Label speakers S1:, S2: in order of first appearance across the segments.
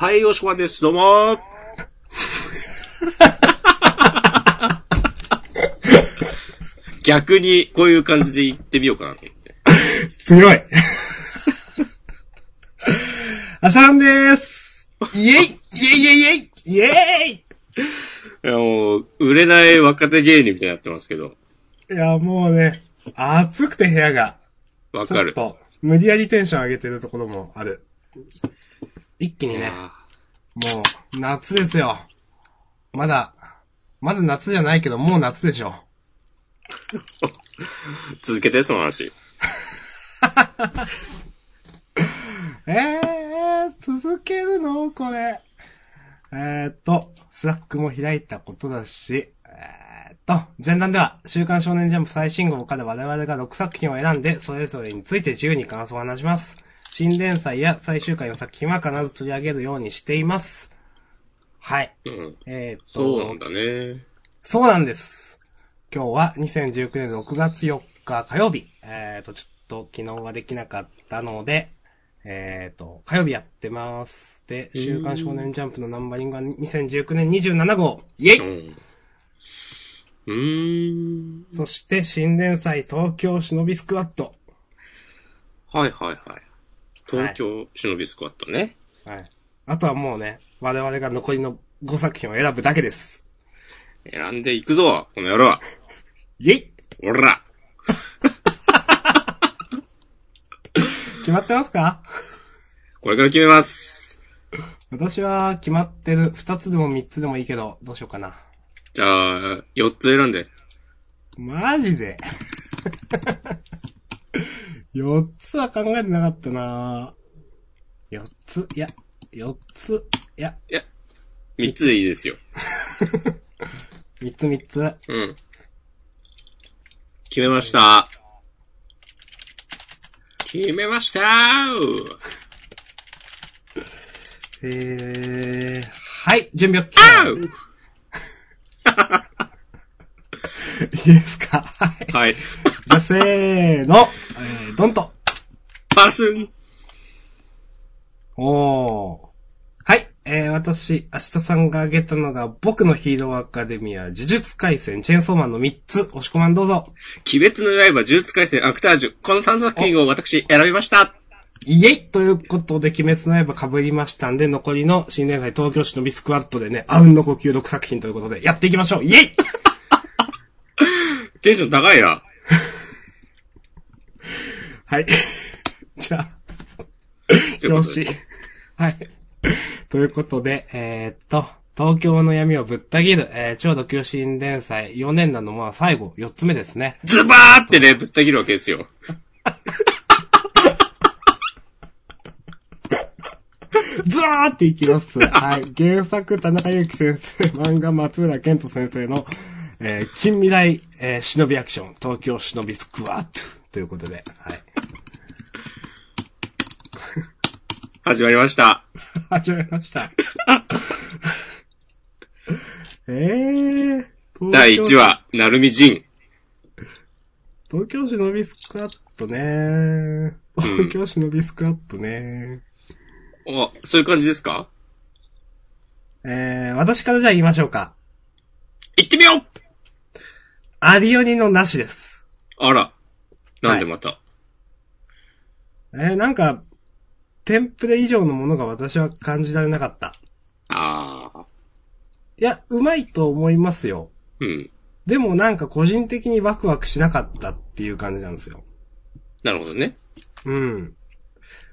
S1: はい、よしこまんです。どうもー逆に、こういう感じで言ってみようかなと思って。
S2: 強い。 アシャンでーす。イェイイェイイェイイェイイェイ
S1: いや、もう、売れない若手芸人みたいになってますけど、
S2: いや、もうね、暑くて部屋が。
S1: わ
S2: ち
S1: か
S2: ょっ
S1: る。
S2: と、無理やりテンション上げてるところもある。一気にね、
S1: あ
S2: もう、夏ですよ。まだ、まだ夏じゃないけど、もう夏でしょ。
S1: ー続けて、その話。
S2: えー、続けるのこれ。えーっと、スラックも開いたことだし、えーっと、前段では、週刊少年ジャンプ最新号から我々が6作品を選んで、それぞれについて自由に感想を話します。新連載や最終回の作品は必ず取り上げるようにしています。はい。
S1: うん。
S2: えーっと、
S1: そうなんだね。
S2: そうなんです。今日は2019年6月4日火曜日。えっ、と、ちょっと昨日はできなかったので、えっ、と、火曜日やってます。で、週刊少年ジャンプのナンバリングは2019年27号。イ
S1: う
S2: ェイ
S1: ん。うーん。
S2: そして、新連載東京忍びスクワット。
S1: はいはいはい。東京忍びスクワットね。
S2: はい。あとはもうね、我々が残りの5作品を選ぶだけです。
S1: 選んでいくぞ、この野郎。
S2: イェイ
S1: おら
S2: 決まってますか
S1: これから決めます。
S2: 私は決まってる。2つでも3つでもいいけど、どうしようかな。
S1: じゃあ、4つ選んで。
S2: マジで ?4 つは考えてなかったな4つ、いや、4つ、いや、
S1: いや、3つでいいですよ。
S2: 3つ3つ。
S1: うん。決めました。決めましたー
S2: えー、はい、準備 OK!
S1: う
S2: いいですかはい。
S1: はい。
S2: じゃあ、せーの、えー、ドンと。
S1: パスン
S2: おー。はい。えー、私、明日さんが挙げたのが、僕のヒーローアカデミア、呪術回戦、チェーンソーマンの3つ、押し込まんどうぞ。
S1: 鬼滅の刃、呪術廻戦、アクタージュ。この3作品を私選びました。
S2: イエイということで、鬼滅の刃被りましたんで、残りの新年祭東京市のビスクワットでね、あうんの呼吸6作品ということで、やっていきましょうイ エイ
S1: テンション高いな。
S2: はい。 じゃあ、
S1: という
S2: よ
S1: こと
S2: し
S1: で。
S2: はい。ということで、えーっと、東京の闇をぶった切る、えー、超度級新連載4年なのは最後、4つ目ですね。
S1: ズバーってね、ぶった切るわけですよ。
S2: ずらーっていき ます。はい。原作、田中祐樹先生、漫画、松浦健人先生の、えー近未来、えー忍びアクション、東京忍びスクワット、ということで、はい。
S1: 始まりました。
S2: 始まりました。 えー、東京
S1: 第1。話、なるみじん。
S2: 東京忍びスクワットね東京忍びスクワットね、
S1: お、そういう感じですか
S2: えー、私からじゃあ言いましょうか。
S1: 行ってみよう
S2: アリオニのなしです。
S1: あら。なんでまた。
S2: えー、なんか、テンプレ以上のものが私は感じられなかった。
S1: ああ。
S2: いや、うまいと思いますよ。
S1: うん。
S2: でもなんか個人的にワクワクしなかったっていう感じなんですよ。
S1: なるほどね。
S2: うん。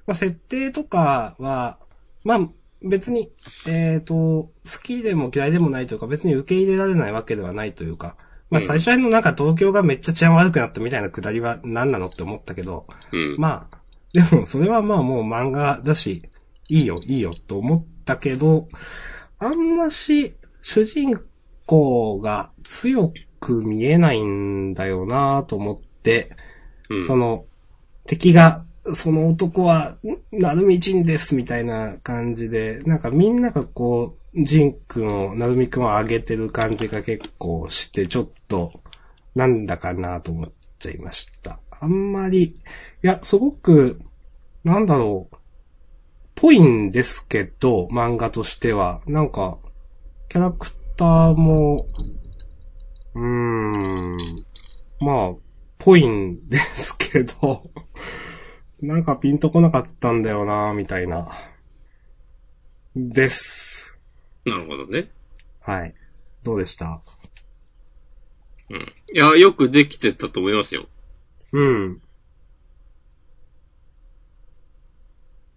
S2: まあ、設定とかは、まあ、別に、えっ、と、好きでも嫌いでもないというか、別に受け入れられないわけではないというか、まあ、
S1: うん
S2: 最初のなんか東京がめっちゃ治安悪くなったみたいなくだりは何なのって思ったけど、
S1: うん。
S2: まあ、でもそれはまあもう漫画だし、いいよ、いいよと思ったけど、あんまし、主人公が強く見えないんだよなと思って、
S1: うん。
S2: その、敵が、その男は、んなるみじんです、みたいな感じで、なんかみんながこう、ジンくんを、なるみくんを上げてる感じが結構して、ちょっと、なんだかなと思っちゃいました。あんまり、いや、すごく、なんだろう、ポぽいんですけど、漫画としては。なんか、キャラクターも、うーん、まあ、ぽいんですけど、 なんかピンとこなかったんだよな、みたいな。です。
S1: なるほどね。
S2: はい。どうでした
S1: うん。いや、よくできてたと思いますよ。
S2: うん。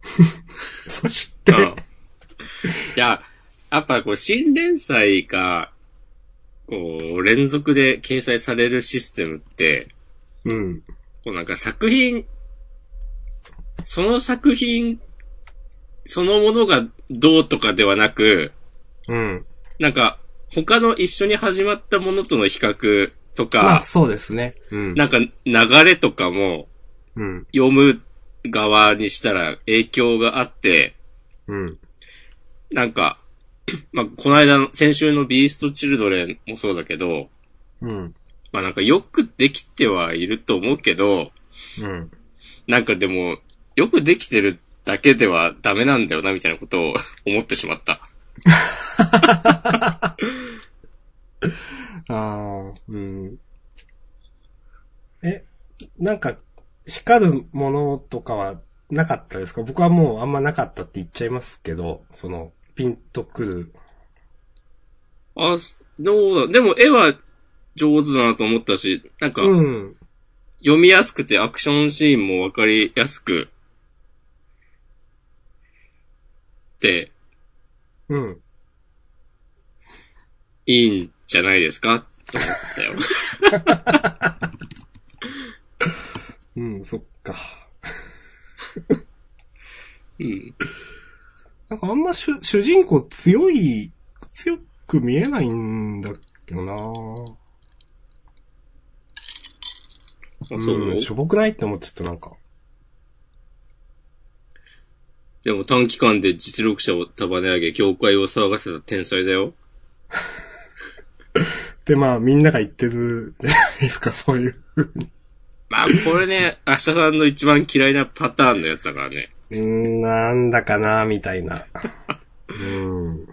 S2: そし
S1: う
S2: て
S1: ん。いや、やっぱこう、新連載が、こう、連続で掲載されるシステムって、
S2: うん。
S1: こうなんか作品、その作品、そのものがどうとかではなく、
S2: うん。
S1: なんか、他の一緒に始まったものとの比較と
S2: まあ、
S1: か、
S2: そうですね。うん。
S1: なんか流れとかも
S2: うん。
S1: 読む側にしたら影響があって、
S2: うん。
S1: なんか、 まあ、この間の、先週のビーストチルドレンもそうだけど、
S2: うん。
S1: まあ、なんかよくできてはいると思うけど、
S2: うん。
S1: なんかでも、よくできてるだけではダメなんだよな、みたいなことを 思ってしまった。
S2: ああ、うん。え、なんか、光るものとかはなかったですか僕はもうあんまなかったって言っちゃいますけど、その、ピンとくる。
S1: あ、すどうだ、でも絵は上手だなと思ったし、なんか、
S2: うん。
S1: 読みやすくてアクションシーンもわかりやすく、で、
S2: うん。
S1: いいんじゃないですかって思ったよ。
S2: うん、そっか。
S1: うん。
S2: なんかあんま主主人公強い、強く見えないんだけどな
S1: あそう、
S2: んしょぼくないって思っちゃった、なんか。
S1: でも短期間で実力者を束ね上げ、業界を騒がせた天才だよ。
S2: で、まあ、みんなが言ってるじゃないですか、そういう。
S1: まあ、これね、 明日さんの一番嫌いなパターンのやつだからね。
S2: うーん、なんだかなみたいな。うん。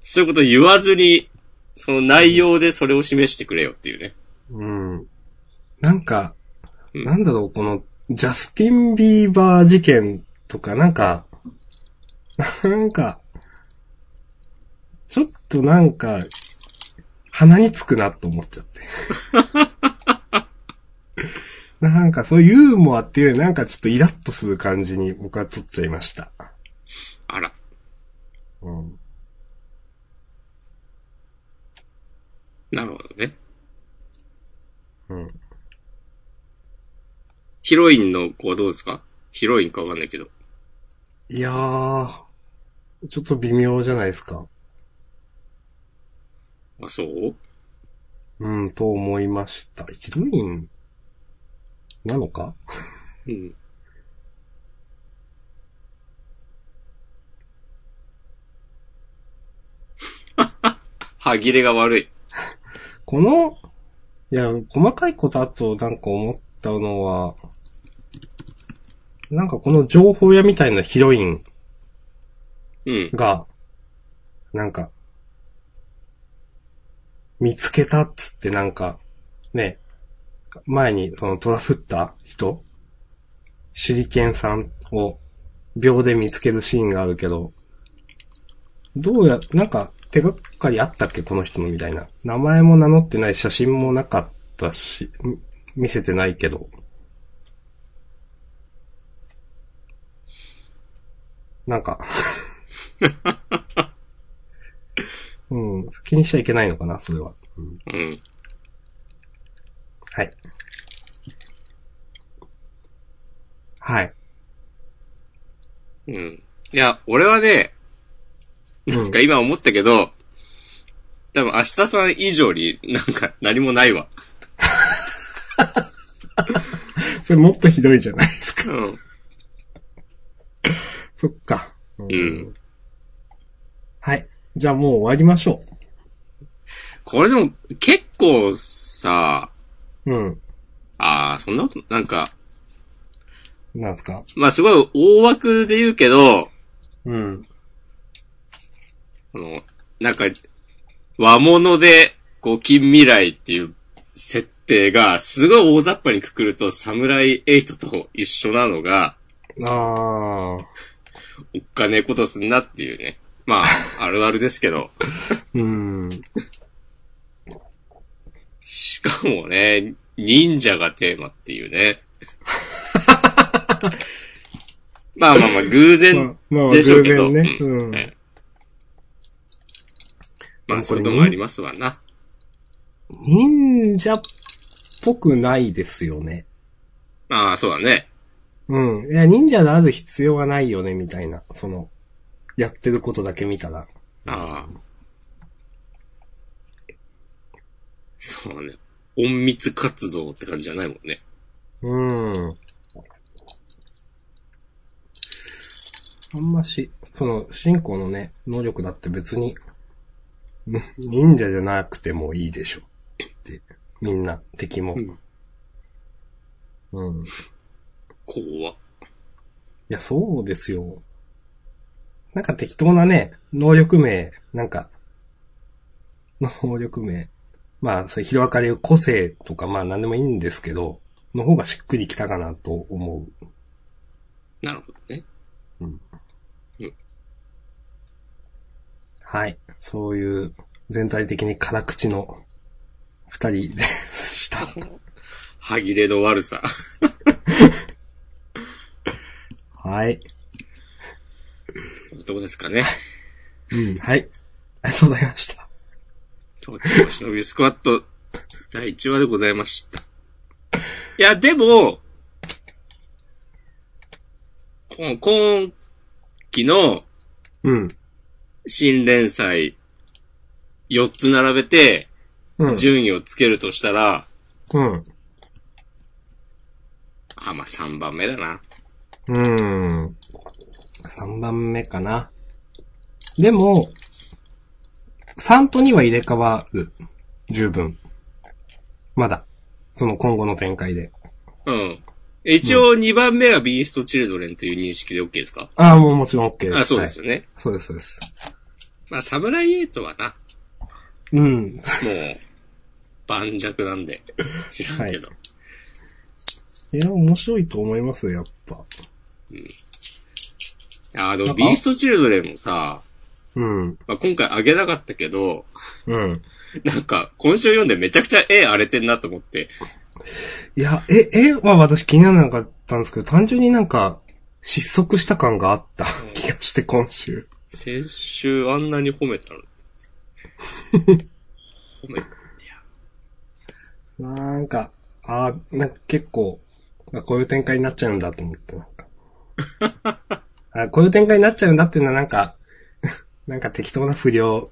S1: そういうこと言わずに、その内容でそれを示してくれよっていうね。
S2: うん。なんか、
S1: うん
S2: なんだろう、この、ジャスティン・ビーバー事件とか、なんか、なんか、ちょっとなんか、鼻につくなと思っちゃ って。なんか、そういうユーモアっていうより、なんかちょっとイラッとする感じに僕は取っちゃいました。
S1: あら。
S2: うん。
S1: なるほどね。
S2: うん。
S1: ヒロインの子はどうですかヒロインかわかんないけど。
S2: いやー、ちょっと微妙じゃないですか。
S1: あ、そう
S2: うん、と思いました。ヒロイン、なのか
S1: うん。 歯切れが悪い。
S2: この、いや、細かいことあとなんか思ったのは、なんかこの情報屋みたいなヒロイン
S1: うん。
S2: が、なんか、見つけたっつってなんか、ね、前にそのトラフった人、手裏剣さんを秒で見つけるシーンがあるけど、どうや、なんか手がかりあったっけこの人のみたいな。名前も名乗ってない写真もなかったし、み見せてないけど。なんか、うん、気にしちゃいけないのかな、それは。うん
S1: うん。
S2: はい。はい。
S1: うん。いや、俺はね、なんか今思ったけど、多分明日さん以上になんか何もないわ。
S2: それもっとひどいじゃない
S1: うん。
S2: そっか。うんはい。じゃあもう終わりましょ
S1: これでも結構さ、
S2: う。うん。
S1: ああ、そんなこと、なんか、
S2: なんすか
S1: まあすごい大枠で言うけど、
S2: うん。
S1: あの、なんか、和物で、こう、近未来っていう設定が、すごい大雑把にくくると、サムライエイトと一緒なのが、
S2: ああ。
S1: おっかねえことすんなっていうね。まあ、あるあるですけど。
S2: うん。
S1: しかもね、忍者がテーマっていうね。 まあまあまあ、偶然
S2: まあ、まあ、
S1: でしょ
S2: 偶
S1: うけど。
S2: 然ね。
S1: うん
S2: うん。
S1: ええまあ、そういうのもありますわな。
S2: 忍者っぽくないですよね。
S1: ああ、そうだね。
S2: うん。いや、忍者である必要はないよね、みたいな。その、やってることだけ見たら。
S1: ああ。そうね。隠密活動って感じじゃないもんね。
S2: うん。あんまし、その、信仰のね、能力だって別に、 うん忍者じゃなくてもいいでしょ。って、みんな、敵も。
S1: うん
S2: うん。い
S1: 怖っ
S2: や、そうですよ。なんか適当なね、能力名、なんか、能力名。まあ、それ、広がり個性とか、まあ、なんでもいいんですけど、の方がしっくりきたかなと思う。
S1: なるほどね。
S2: はい。そういう、全体的に辛口の二人でした。
S1: 歯切れの悪さ。
S2: はい。
S1: どうですかね。
S2: うん、はい。ありがとうございました。
S1: 東京忍びスクワット第1話でございました。いや、でも、この今期の
S2: うん。
S1: 新連載4つ並べて
S2: うん。
S1: 順位をつけるとしたら、
S2: うん。
S1: あ、まあ3番目だな。
S2: うん。三番目かな。でも、三と二は入れ替わる。十分。まだ。その今後の展開で。
S1: うん。え一応2番目はビーストチルドレンという認識で OK ですか、
S2: ああ、もうもちろん OK です。
S1: あ、そうですよね。
S2: はい。そうです、そうです。
S1: まあ、サムライエイトはな、
S2: うん。
S1: もう、盤石なんで、知らんけど。
S2: いや、面白いと思いますよ、やっぱ。
S1: あの、
S2: なんか
S1: ビーストチルドレンもさ、
S2: うん。
S1: まあ、今回あげなかったけど、
S2: うん。
S1: なんか、今週読んでめちゃくちゃ絵荒れてんなと思って。
S2: いや、え、絵は私気にならなかったんですけど、単純になんか、失速した感があった 気がして、今週。
S1: 先週あんなに褒め たのに褒め、いや、
S2: なんか、あーなんか結構、あこういう展開になっちゃうんだと思って、なん か。あこういう展開になっちゃうんだっていうのはなんか、 なんか適当な不良、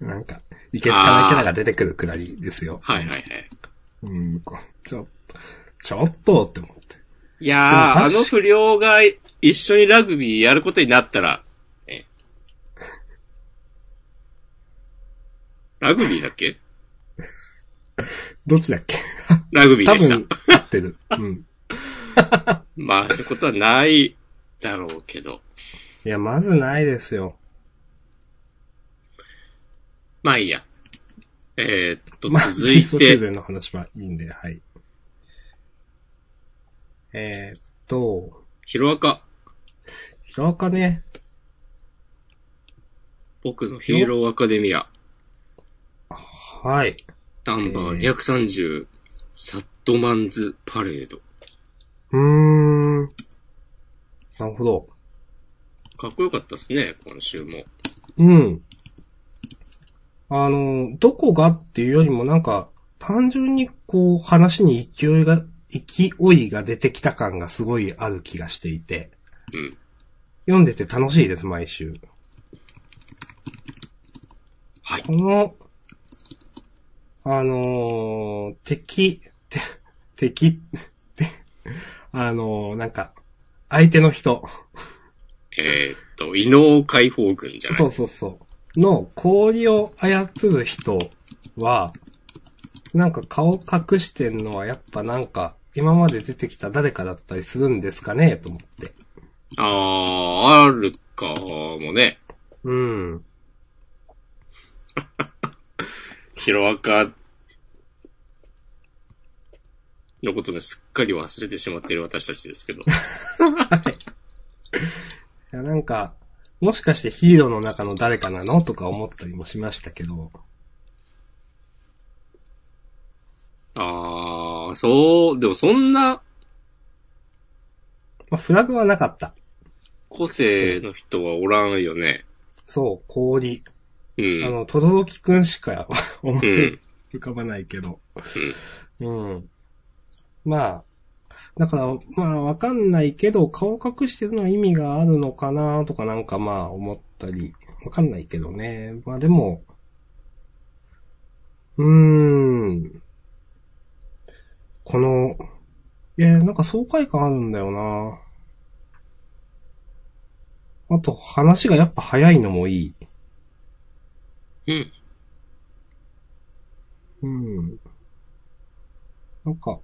S2: ななんか、いけつかないキャラが出てくるくらいですよ。
S1: はいはいはい。
S2: うん、こうちょ、ちょっとって思って。
S1: いやー、あ
S2: でも確か
S1: の不良が一緒にラグビーやることになったら、えラグビーだっけ
S2: どっちだっけ
S1: ラグビー
S2: 多
S1: でした
S2: 分。、合ってる。うん。
S1: まあ、そういうことはないだろうけど。
S2: いや、まずないですよ。
S1: まあいいや。えーっと、
S2: まあ、
S1: 続い
S2: キリスト
S1: て、
S2: 宮殿の話はいいんで、はい。えー、っと、
S1: ヒロアカ。
S2: ヒロアカね、
S1: 僕のヒーローアカデミア。
S2: はい。
S1: ナンバー230、サッドマンズパレード。
S2: うーん。なるほど。
S1: かっこよかったっすね、今週も。
S2: うん。あの、どこがっていうよりもなんか、単純にこう話に勢いが、勢いが出てきた感がすごいある気がしていて、
S1: うん。
S2: 読んでて楽しいです、毎週。
S1: はい
S2: この、あのー敵、 て敵 って、あのーなんか、相手の人、
S1: えーっと、異能解放軍じゃない
S2: そうそうそう。の氷を操る人は、なんか顔隠してんのはやっぱなんか、今まで出てきた誰かだったりするんですかねと思って。
S1: あー、あるカーもね、
S2: うん。
S1: ヒロアカのことね、すっかり忘れてしまっている私たちです けど。
S2: いや、なんか、もしかしてヒーローの中の誰かなのとか思ったりもしましたけど。
S1: あー、そう、でもそんな
S2: まあ、フラグはなかった。
S1: 個性の人はおらんよね。
S2: そう、氷。
S1: う
S2: あ
S1: ん。
S2: の、とどろきくんしか思
S1: う
S2: い
S1: ん。
S2: 浮かばないけど。うん。まあ、だから、まあ、わかんないけど、顔隠してるのは意味があるのかなとかなんかまあ、思ったり、わかんないけどね。まあでも、うーん。この、いや、なんか爽快感あるんだよなあと、話がやっぱ早いのもいい。
S1: うん。
S2: うん。なんか、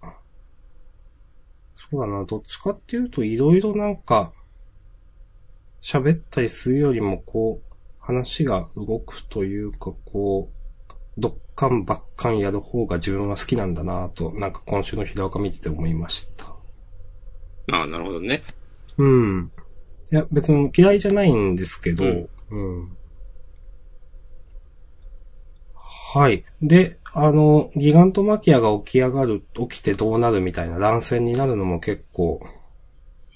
S2: そうだな、どっちかっていうといろいろなんか、喋ったりするよりもこう、話が動くというかこう、どっかんばっかんやる方が自分は好きなんだなぁと、なんか今週の平岡見てて思いました。
S1: あー、なるほどね。
S2: うん。いや、別に嫌いじゃないんですけど、
S1: うん
S2: うんはい。で、あの、ギガントマキアが起き上がる、起きてどうなるみたいな乱戦になるのも結構、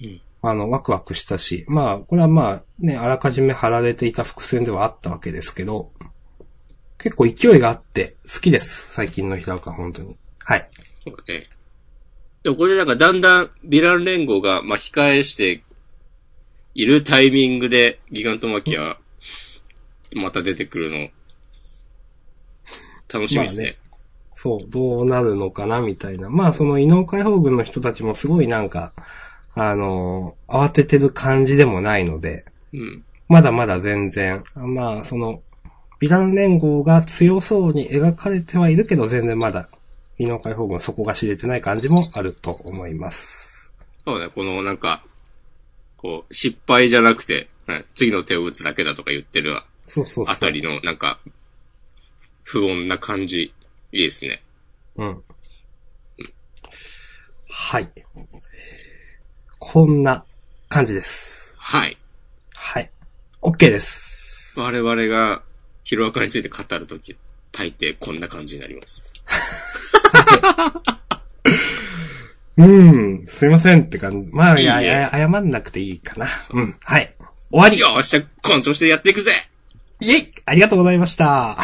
S1: うん
S2: あの、ワクワクしたし、まあ、これはまあ、ね、あらかじめ貼られていた伏線ではあったわけですけど、結構勢いがあって、好きです。最近の平岡、本当に。はい。
S1: そうだね。でもこれでなんかだんだんヴィラン連合が巻き返しているタイミングでギガントマキアまた出てくるの楽しみですね。
S2: そう、どうなるのかな、みたいな。まあ、その、異能解放軍の人たちもすごいなんか、あのー慌ててる感じでもないので、
S1: うん。
S2: まだまだ全然、まあ、その、ヴィラン連合が強そうに描かれてはいるけど、全然まだ、異能解放軍そこが知れてない感じもあると思います。
S1: そうだね、このなんか、こう、失敗じゃなくて、うん次の手を打つだけだとか言ってる
S2: そうそうそう。
S1: あたりのなんか、不穏な感じ、いいですね。
S2: うん。はい。こんな感じです。
S1: はい。
S2: はい。OK です。
S1: 我々がヒロアカについて語るとき、大抵こんな感じになります。
S2: うん、すいませんって感じ。まあ、いや、
S1: いい
S2: い
S1: え
S2: や謝んなくていいかな。うん、はい。終わり
S1: よっしゃ、この調子でやっていくぜ
S2: イェイありがとうございました。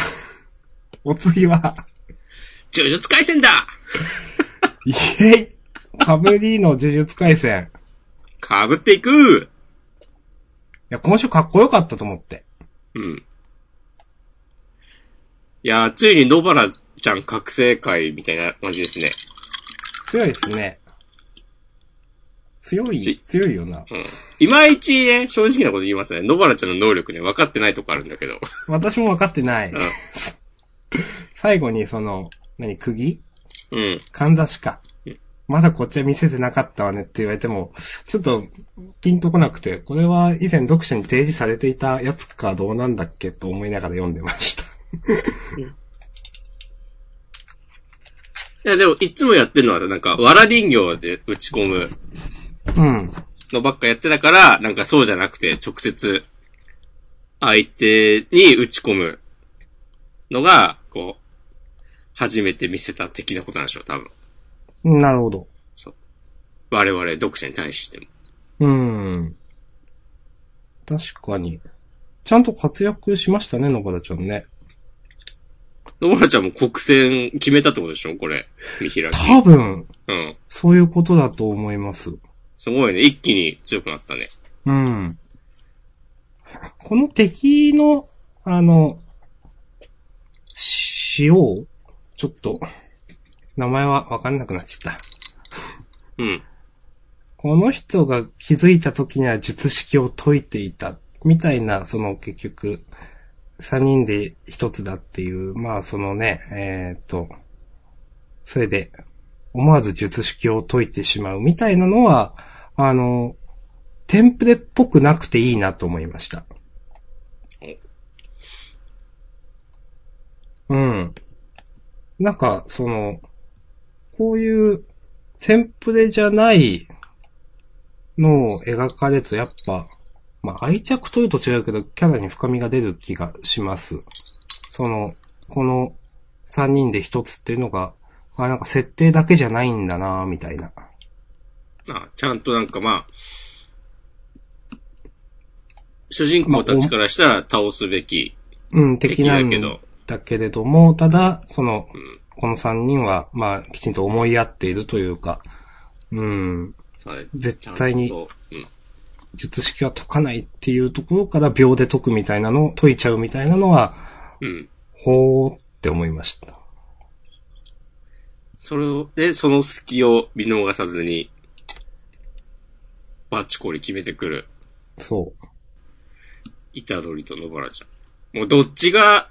S2: お次は、
S1: 呪術回戦だ
S2: イェイカブリーの呪術回戦。い
S1: かぶっていく
S2: や、今週かっこよかったと思って。
S1: うん。いやー、ついに野原ちゃん覚醒会みたいな感じですね。
S2: 強いですね。強い
S1: ち、
S2: 強いよな。
S1: うん。いまいちね、正直なこと言いますね。野原ちゃんの能力ね、分かってないとこあるんだけど。
S2: 私も分かってない
S1: ん。
S2: 最後にその、何、釘
S1: うん。
S2: かんざしか
S1: うん。
S2: まだこっちは見せてなかったわねって言われても、ちょっと、ピンとこなくて、これは以前読者に提示されていたやつかどうなんだっけと思いながら読んでました。
S1: いや、でも、いつもやってるのはさ、なんか、わら人形で打ち込む
S2: うん。
S1: のばっかやってたから、なんかそうじゃなくて、直接、相手に打ち込むのが、こう、初めて見せた的なことなんでしょう、多分。
S2: なるほど。
S1: 我々読者に対しても。
S2: うん。確かに。ちゃんと活躍しましたね、野原ちゃんね。
S1: 野村ちゃんも国選決めたってことでしょこれ。見開き。
S2: 多分、
S1: うん。
S2: そういうことだと思います。
S1: すごいね。一気に強くなったね。
S2: うん。この敵の、あの、塩をちょっと、名前はわかんなくなっちゃった。
S1: うん。
S2: この人が気づいた時には術式を解いていた。みたいな、その結局、三人で一つだっていう、まあそのね、えーっと、それで、思わず術式を解いてしまうみたいなのは、あの、テンプレっぽくなくていいなと思いました。うん。なんか、その、こういうテンプレじゃないのを描かれると、やっぱ、まあ、愛着というと違うけど、キャラに深みが出る気がします。その、この3人で一つっていうのが、あ、なんか設定だけじゃないんだなみたいな。
S1: あ、ちゃんとなんかまあ、主人公たちからしたら倒すべき
S2: うん、
S1: 敵
S2: 敵な
S1: だ
S2: ん
S1: けど、
S2: だけれども、ただ、その、この3人は、まあ、きちんと思い合っているというか、うん、
S1: そう
S2: 絶対に
S1: ちゃんとうん
S2: 術式は解かないっていうところから秒で解くみたいなの、解いちゃうみたいなのは、
S1: うん。
S2: ほーって思いました。
S1: それを、で、その隙を見逃さずに、バチコリ決めてくる、
S2: そう。
S1: イタドリと野原ちゃん。もうどっちが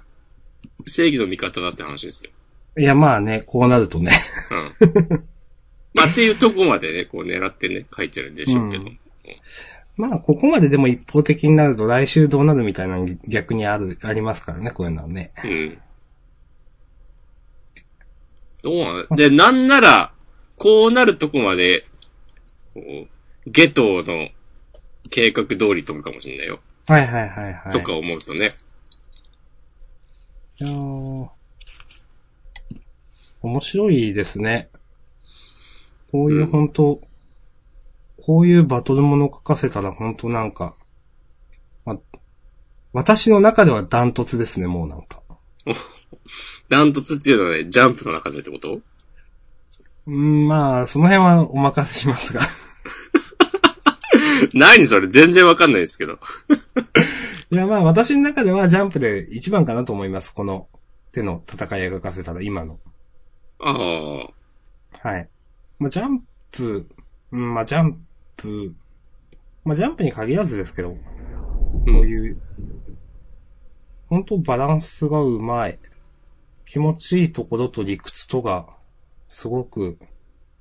S1: 正義の味方だって話ですよ。
S2: いや、まあね、こうなるとね。
S1: うん。まあっていうとこまでね、こう狙ってね、書いてるんでしょうけど。
S2: うまあ、ここまででも一方的になると、来週どうなるみたいなの逆にある、ありますからね、こういうのはね。
S1: うん。どうなんで、なんなら、こうなるとこまで、こう、ゲトの計画通りとかかもしんないよ。
S2: はいはいはいはい。
S1: とか思うとね。
S2: いやー面白いですね。こういう
S1: うん
S2: 本当、こういうバトルもの書かせたら本当なんか、ま、私の中ではダントツですね、もうなんか。
S1: ダントツっていうのはね、ジャンプの中でってこと
S2: うん、まあ、その辺はお任せしますが。
S1: 何それ全然わかんないですけど。
S2: いや、まあ、私の中ではジャンプで一番かなと思います。この手の戦いが書かせたら、今の。
S1: ああ。
S2: はい。まあ、ジャンプ、うん、まあ、ジャンプ、まあ、ジャンプに限らずですけど、
S1: う。
S2: こうんいう、本当バランスがうまい。気持ちいいところと理屈とが、すごく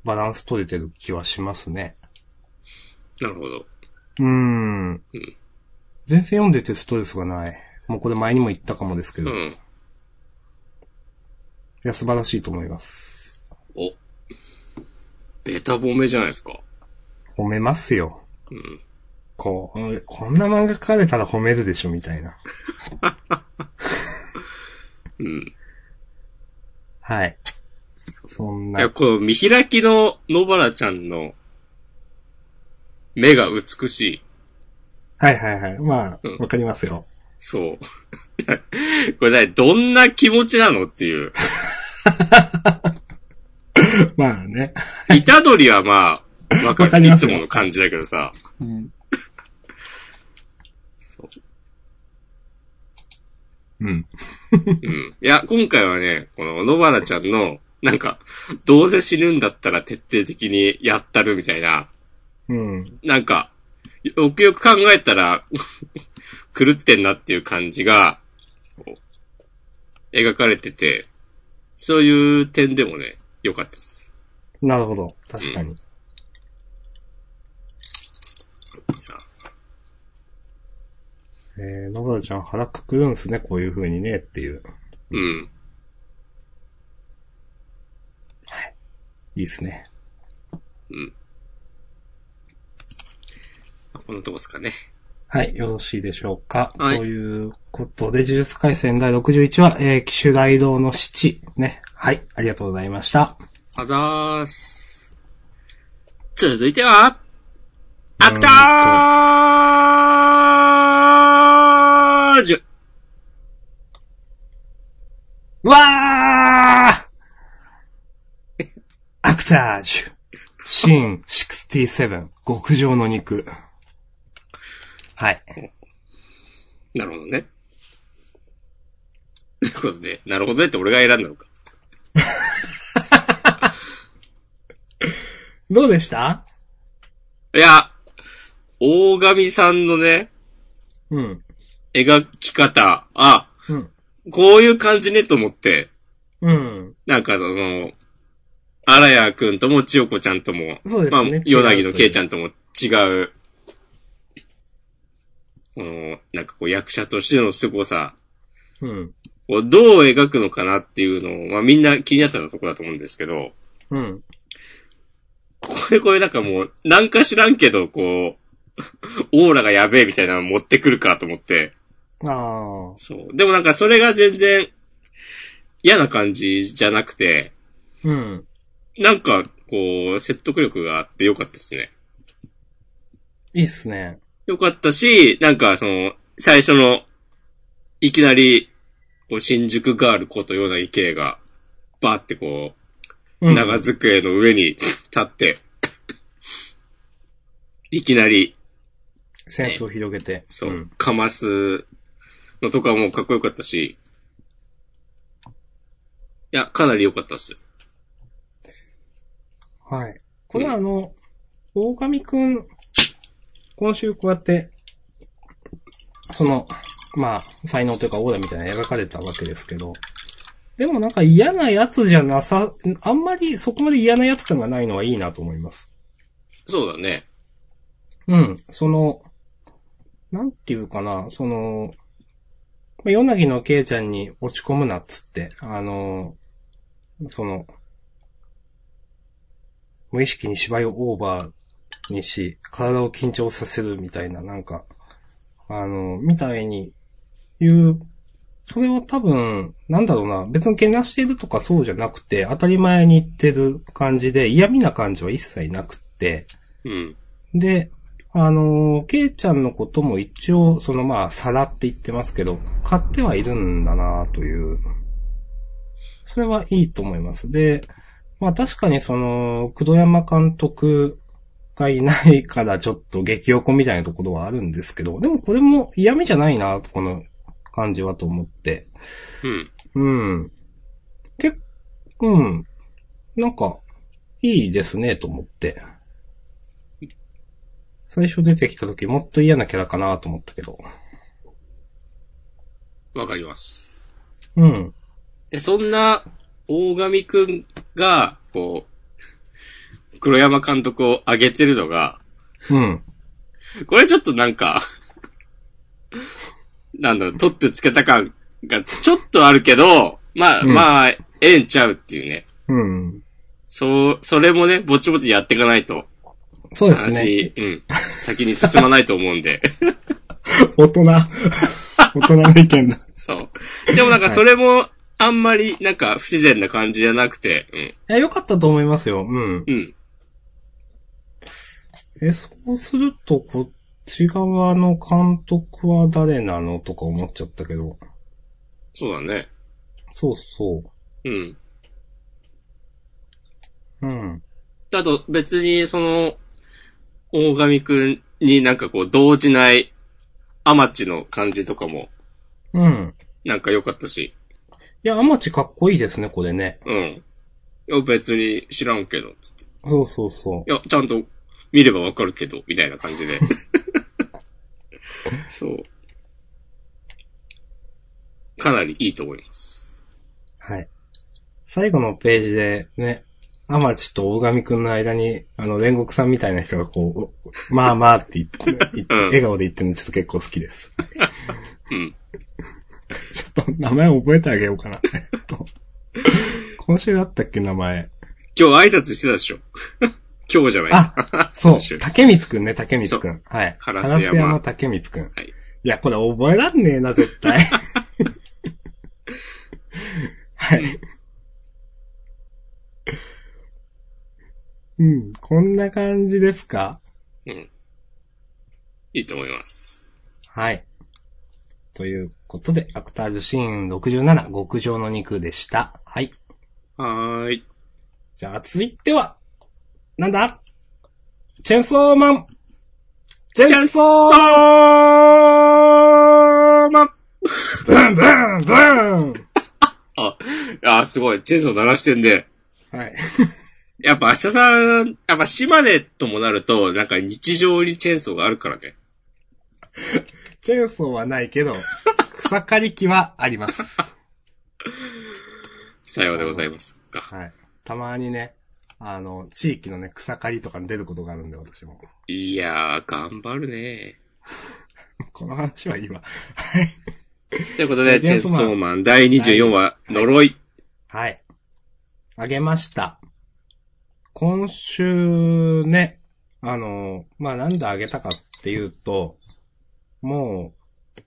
S2: バランス取れてる気はしますね。
S1: なるほど。
S2: うーん。全然読んでてストレスがない。もうこれ前にも言ったかもですけ
S1: う
S2: ど、い
S1: ん。
S2: や、素晴らしいと思います。
S1: お。ベタ褒めじゃないですか。
S2: 褒めますよ。
S1: うん。
S2: こう、うんこんな漫画書かれたら褒めるでしょ、みたいな。
S1: うん。
S2: はい。そん
S1: いや、
S2: な、
S1: この見開きの野原ちゃんの目が美しい。
S2: はいはいはい。まあ
S1: うん、
S2: わかりますよ。
S1: そう。 これね、どんな気持ちなのって いう。
S2: まあね。
S1: イタドリはまあ、わか
S2: わか
S1: る。
S2: り
S1: い
S2: ます
S1: つ
S2: よ
S1: もの感じだけどさ。
S2: うん。
S1: そう
S2: うん。
S1: うん。いや、今回はね、この野原ちゃんの、なんか、どうせ死ぬんだったら徹底的にやったるみたいな、
S2: うん。
S1: なんか、よくよく考えたら、 狂ってんなっていう感じが、こう描かれてて、そういう点でもね、良かったです。
S2: なるほど。確かに。えー、野村ちゃん腹くくるんすね、こういう風にね、っていう。
S1: うん。
S2: いいっすね。
S1: このとこですかね。
S2: はい、よろしいでしょうか。
S1: はい
S2: ということで、呪術回戦第61話、えー、騎手雷道の七ね。はい、ありがとうございました。
S1: あざーす。続いては、アクタージュ
S2: うわー アクタージュ。シーン67、極上の肉。はい。
S1: なるほどね。 ということで、なるほどねって俺が選んだのか。
S2: どうでした
S1: いや、大神さんのね、
S2: うん。
S1: 描き方、あ、
S2: うん。
S1: こういう感じねと思って、
S2: うん。
S1: なんかその、荒谷くんとも千代子ちゃんとも、
S2: そうですね
S1: まあ、ヨナギのケイちゃんとも違うこの、なんかこう役者としての凄さ
S2: うん。
S1: をどう描くのかなっていうのを、まあみんな気になってたところだと思うんですけど、
S2: うん。
S1: ここでこれなんかもう、なんか知らんけど、こう、オーラがやべえみたいなの持ってくるかと思って、
S2: ああ。
S1: そう。でもなんかそれが全然嫌な感じじゃなくて、
S2: うん。
S1: なんかこう、説得力があってよかったですね。
S2: いいっすね。
S1: よかったし、なんかその、最初の、いきなり、こう、新宿ガールことような池が、バーってこ
S2: う
S1: う、
S2: ん。
S1: 長机の上に立って、いきなり、
S2: センスを広げて。
S1: そう、
S2: ん
S1: かますのとかもかっこよかったし、いや、かなり良かったっす。
S2: はい。これはあの、狼くん、今週こうやって、その、まあ、才能というかオーラみたいなの描かれたわけですけど、でもなんか嫌なやつじゃなさ、あんまりそこまで嫌なやつ感がないのはいいなと思います。
S1: そうだね。
S2: うん、その、なんていうかな、その、まあ、ヨナギのケイちゃんに落ち込むなっつって、あの、その、無意識に芝居をオーバーにし、体を緊張させるみたいな、なんか、あの、みたいに言う、それは多分、なんだろうな、別にけなしてるとかそうじゃなくて、当たり前に言ってる感じで、嫌味な感じは一切なくって、
S1: うん。
S2: で、あのー、ケイちゃんのことも一応、そのまあ、皿って言ってますけど、買ってはいるんだなという。それはいいと思います。で、まあ確かにその、黒山監督がいないからちょっと激横みたいなところはあるんですけど、でもこれも嫌味じゃないなこの感じはと思って。
S1: うん。
S2: うん。結構、うん。なんか、いいですね、と思って。最初出てきた時もっと嫌なキャラかなと思ったけど。
S1: わかります。
S2: うん。
S1: で、そんな、大神くんが、こう、 黒山監督を上げてるのが、
S2: うん。
S1: これちょっとなんか、なんだろう、取ってつけた感がちょっとあるけど、まあ、
S2: うん
S1: まあ、ええんちゃうっていうね。
S2: うん。
S1: そう、それもね、ぼちぼちやっていかないと、
S2: そうです
S1: 話、
S2: ね。
S1: うん、先に進まないと思うんで。
S2: 大 人。大人の意見だ。
S1: そう。でもなんかそれも、あんまり、なんか、不自然な感じじゃなくて、
S2: いや、良かったと思いますよ。うん。
S1: うん、うん、
S2: え、そうすると、こっち側の監督は誰なのとか思っちゃったけど。
S1: そうだね。
S2: そうそ
S1: うん。
S2: う。うん。
S1: あと別にその、大神くんになんかこう動じないアマチの感じとかも
S2: うん。
S1: なんか良かったし、
S2: いや、アマチかっこいいですね、これね。
S1: うん。いや別に知らんけど、つって。
S2: そうそうそう。
S1: いや、ちゃんと見ればわかるけど、みたいな感 じで。そう。かなりいいと思います。
S2: はい。最後のページでね、アマチと大神くんの間に、あの、煉獄さんみたいな人がこう、まあまあって言って、言って
S1: うん
S2: 笑顔で言ってるのちょっと結構好きです。
S1: うん。
S2: ちょっと名前覚えてあげようかな。えっと今週あったっけ、名前。
S1: 今日挨拶してたでしょ 今日じゃない。
S2: あ、そう
S1: 今週、
S2: 竹光くんね、竹光くん。はい。
S1: 烏
S2: 烏
S1: 山
S2: 山竹光くん。
S1: はい。
S2: いや、これ覚えらんねえな、絶対。はい。うん、こんな感じですか
S1: うん。いいと思います。
S2: はい。ということで、アクタージュシーン67、極上の肉でした。はい。
S1: はーい。
S2: じゃあ、続いては、なんだチェンソーマンチェンソーマンブンブンブ
S1: あ、あ、すごい。チェーンソー鳴らしてんで。
S2: ンはい。
S1: やっぱ明日さん、やっぱ島根ともなると、なんか日常にチェーンソーがあるからね。
S2: チェーンソーはないけど、草刈り機はあります。
S1: さようでございますか。
S2: はい。たまにね、あの、地域のね、草刈りとかに出ることがあるんで、私も。
S1: いやー、頑張るね。
S2: この話はいいわ。はい。
S1: ということで、チ
S2: チ
S1: ェ
S2: ェ
S1: ン
S2: ン
S1: ソ
S2: ソーマン
S1: ーマン第24話、呪い。
S2: はい。あげました。今週ね、あの、まあ、なんであげたかっていうと、もう、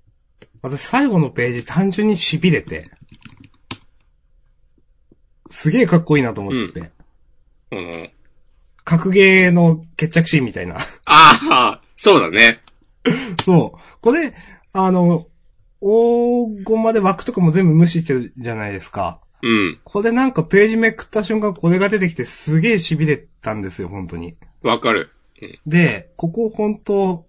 S2: 私最後のページ単純に痺れて、すげえかっこいいなと思っちゃって、
S1: うん。
S2: 格ゲーの決着シーンみたいな。
S1: あ あ、そうだね。
S2: そう。これ、あの、黄金まで枠とかも全部無視してるじゃないですか。
S1: うん。
S2: これなんかページめくった瞬間これが出てきてすげえ痺れたんですよ、本当に。
S1: わかる。
S2: で、ここ本当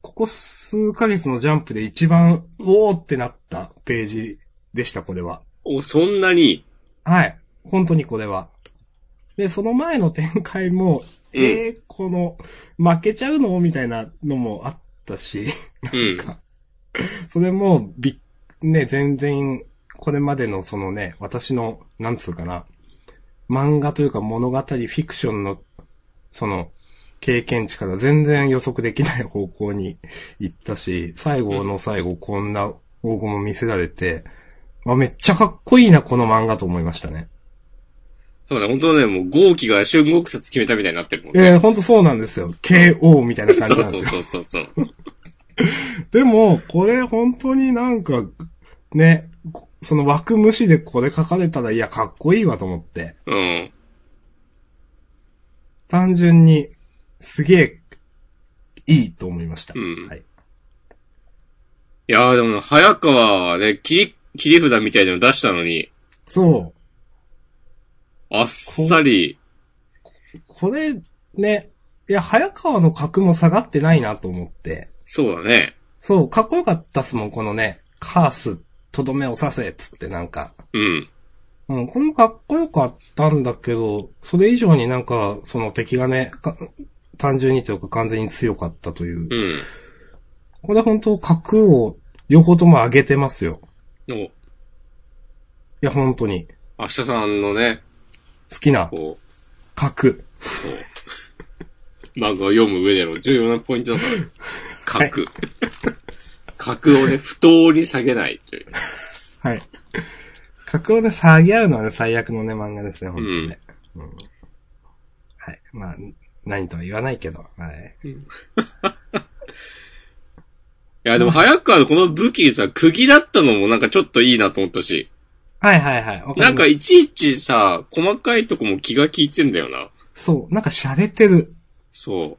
S2: ここ数ヶ月のジャンプで一番、おーってなったページでした、これは。
S1: お、そんなに。
S2: はい。本当にこれは。で、その前の展開も、
S1: うん
S2: えー、この、負けちゃうのみたいなのもあったし。
S1: うん。
S2: か。それも、びっ、ね、全然、これまでのそのね、私の、なんつうかな、漫画というか物語、フィクションの、その、経験値から全然予測できない方向に行ったし、最後の最後、こんな黄金も見せられて、あ、めっちゃかっこいいな、この漫画と思いましたね。
S1: そうだ、本当ね、もう、豪気が春国殺決めたみたいになってるもんね。
S2: えー、ほんとそうなんですよ。KO みたいな感じ
S1: そ
S2: なん
S1: う
S2: です
S1: そ う。
S2: よ
S1: そうそうそう。
S2: でも、これ本当になんか、ね、こその枠無視でこれ書かれたら、いや、かっこいいわと思って。
S1: うん。
S2: 単純に、すげえ、いいと思いました。
S1: うん
S2: はい。
S1: いやーでも、早川はね、切り、切り札みたいなの出したのに、
S2: そ
S1: あっさり、
S2: う。これ、ね、いや、早川の格も下がってないなと思って。
S1: そうだね。
S2: そう、かっこよかったっすもん、このね、カース、とどめを刺せ、っつってなんか。
S1: うん。
S2: うん、これもかっこよかったんだけど、それ以上になんか、その敵がね、か単純にというか完全に強かったという。
S1: うん。
S2: これ本当角を両方とも上げてますよ。
S1: の、
S2: いや、本当に。
S1: 明日さんのね、
S2: 好きな
S1: こ
S2: 角。
S1: う、漫画を読む上での重要なポイントだから、 格。格をね、不当に下げないという。
S2: はい。 角をね、下げ合うのはね、最悪のね、漫画ですね、本当にね。うんはい。まあ、何とは言わないけど、はい。
S1: いや、でも早川のこの武器さ、釘だったのもなんかちょっといいなと思ったし、
S2: はいはいはい。わかります
S1: なんかいちいちさ、細かいとこも気が利いてんだよな。
S2: そう、なんか洒落てる。
S1: そう。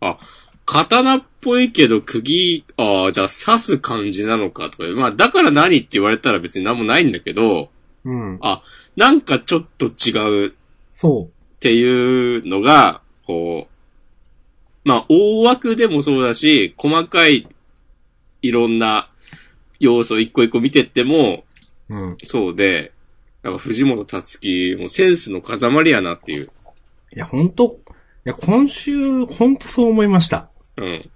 S1: あ、刀っぽいけど釘、ああ、じゃあ刺す感じなのかとか、まあだから何って言われたら別に何もないんだけど、
S2: うん。
S1: なんかちょっと違う
S2: そ
S1: っていうのが、こう、まあ、大枠でもそうだし、細かい、いろんな要素一個一個見てっても、
S2: う。うん。い
S1: そうで、やっぱ藤本達樹、もうセンスの塊やなっていう。
S2: や、本当いや、今週、本当そう思いました。
S1: うん。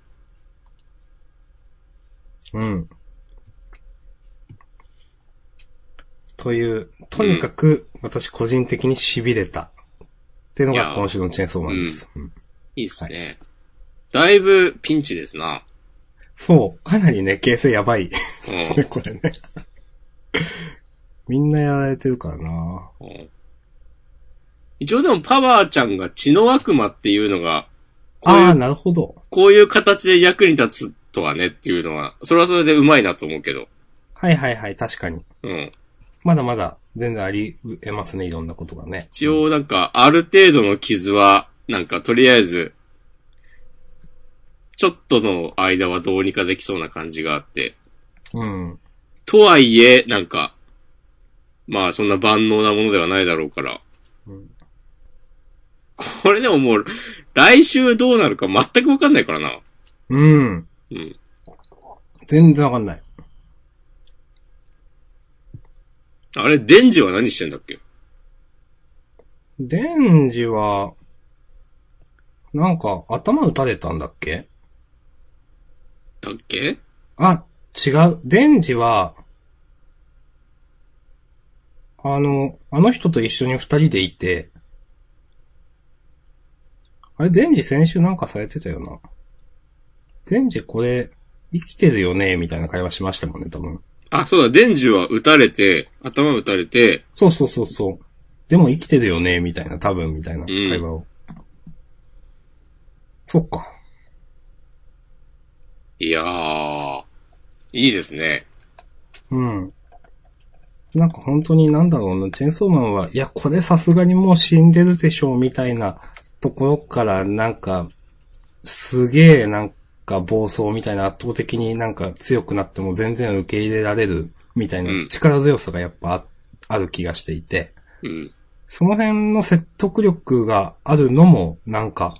S2: うん。という、とにかく、私個人的に痺れた。っていうの
S1: いや
S2: が今週のチェーンソーマンです。うん
S1: いいっすね。だいぶピンチですな。
S2: そう、かなりね、形勢やばいで
S1: う。
S2: すね、 これね。みんなやられてるからなん
S1: うん一応でもパワーちゃんが血の悪魔っていうのが、こうい
S2: ああ、
S1: う、
S2: なるほど。
S1: こういう形で役に立つとはねっていうのは、それはそれでうまいなと思うけど。
S2: はいはいはい、確かに。
S1: うん。
S2: まだまだ、全然あり得ますね、いろんなことがね。
S1: 一応なんか、ある程度の傷は、なんかとりあえず、ちょっとの間はどうにかできそうな感じがあって。
S2: うん。
S1: とはいえ、なんか、まあそんな万能なものではないだろうから。
S2: うん
S1: これでももう、来週どうなるか全くわかんないからな。
S2: うん。
S1: うん。
S2: 全然わかんない。
S1: あれ、デンジは何してんだっけ
S2: デンジは、なんか、頭打たれたんだっけ
S1: だっけ
S2: あ、違う。デンジは、あの、あの人と一緒に二人でいて、あれ、デンジ先週なんかされてたよな。デンジこれ、生きてるよねみたいな会話しましたもんね、多分。
S1: あ、そうだ、デンジは撃たれて、頭撃たれて、
S2: そうそうそうそう。でも生きてるよねみたいな、多分、みたいな会話を。そっか。
S1: いやー、いいですね。
S2: うん。なんか本当になんだろうな、チェンソーマンは、いや、これさすがにもう死んでるでしょう、みたいなところから、なんか、すげえなんか暴走みたいな圧倒的になんか強くなっても全然受け入れられるみたいな
S1: うん
S2: 力強さがやっぱあある気がしていて、
S1: うん。
S2: その辺の説得力があるのも、なんか、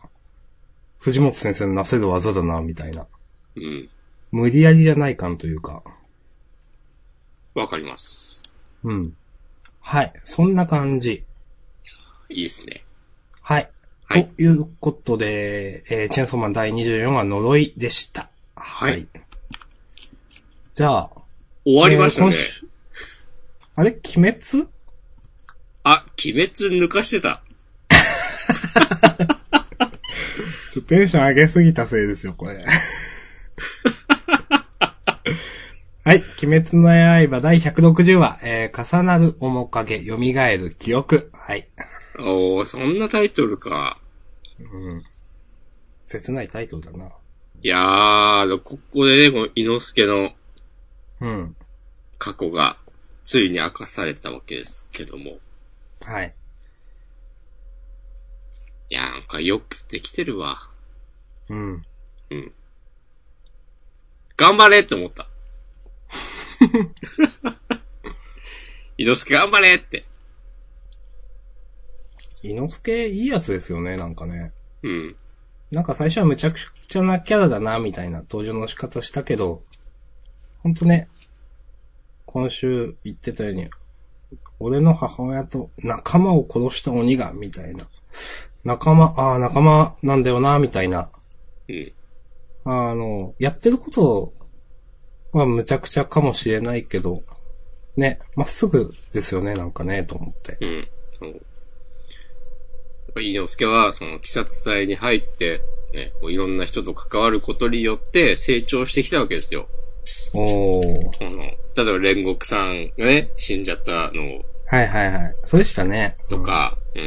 S2: 藤本先生のなせる技だな、みたいな。
S1: うん。
S2: 無理やりじゃない感というか。
S1: わかります。
S2: うん。はい。そんな感じ。
S1: いいですね。
S2: はい。
S1: はい
S2: ということで、えーチェンソーマン第24話呪いでした。
S1: はい
S2: じゃあ。
S1: 終わりましたね
S2: えー。今週あれ鬼滅
S1: あ、鬼滅抜かしてた。
S2: テンション上げすぎたせいですよ、これ。 はい。鬼滅の刃第160話、えー重なる面影、蘇る記憶。はい。
S1: おー、そんなタイトルか。
S2: うん。切ないタイトルだな。
S1: いやー、ここでね、この猪之助の
S2: うん。
S1: 過去が、ついに明かされたわけですけども。
S2: はい。
S1: いやー、なんかよくできてるわ。
S2: うん。
S1: 頑張れって思 った。伊之助頑張れって。
S2: 伊之助いいやつですよね、なんかね。
S1: うん。
S2: なんか最初はむちゃくちゃなキャラだな、みたいな登場の仕方したけど、ほんとね、今週言ってたように、俺の母親と仲間を殺した鬼が、みたいな。仲間、ああ、仲間なんだよな、みたいな。
S1: うん。
S2: あの、やってることはむちゃくちゃかもしれないけど、ね、まっすぐですよね、なんかね、と思って。
S1: うん。そう。やっぱ伊之助は、その、鬼殺隊に入って、ね、こういろんな人と関わることによって成長してきたわけですよ。
S2: おー。
S1: この、例えば煉獄さんがね、死んじゃったの
S2: はいはいはい。そうでしたね。
S1: とか、うん。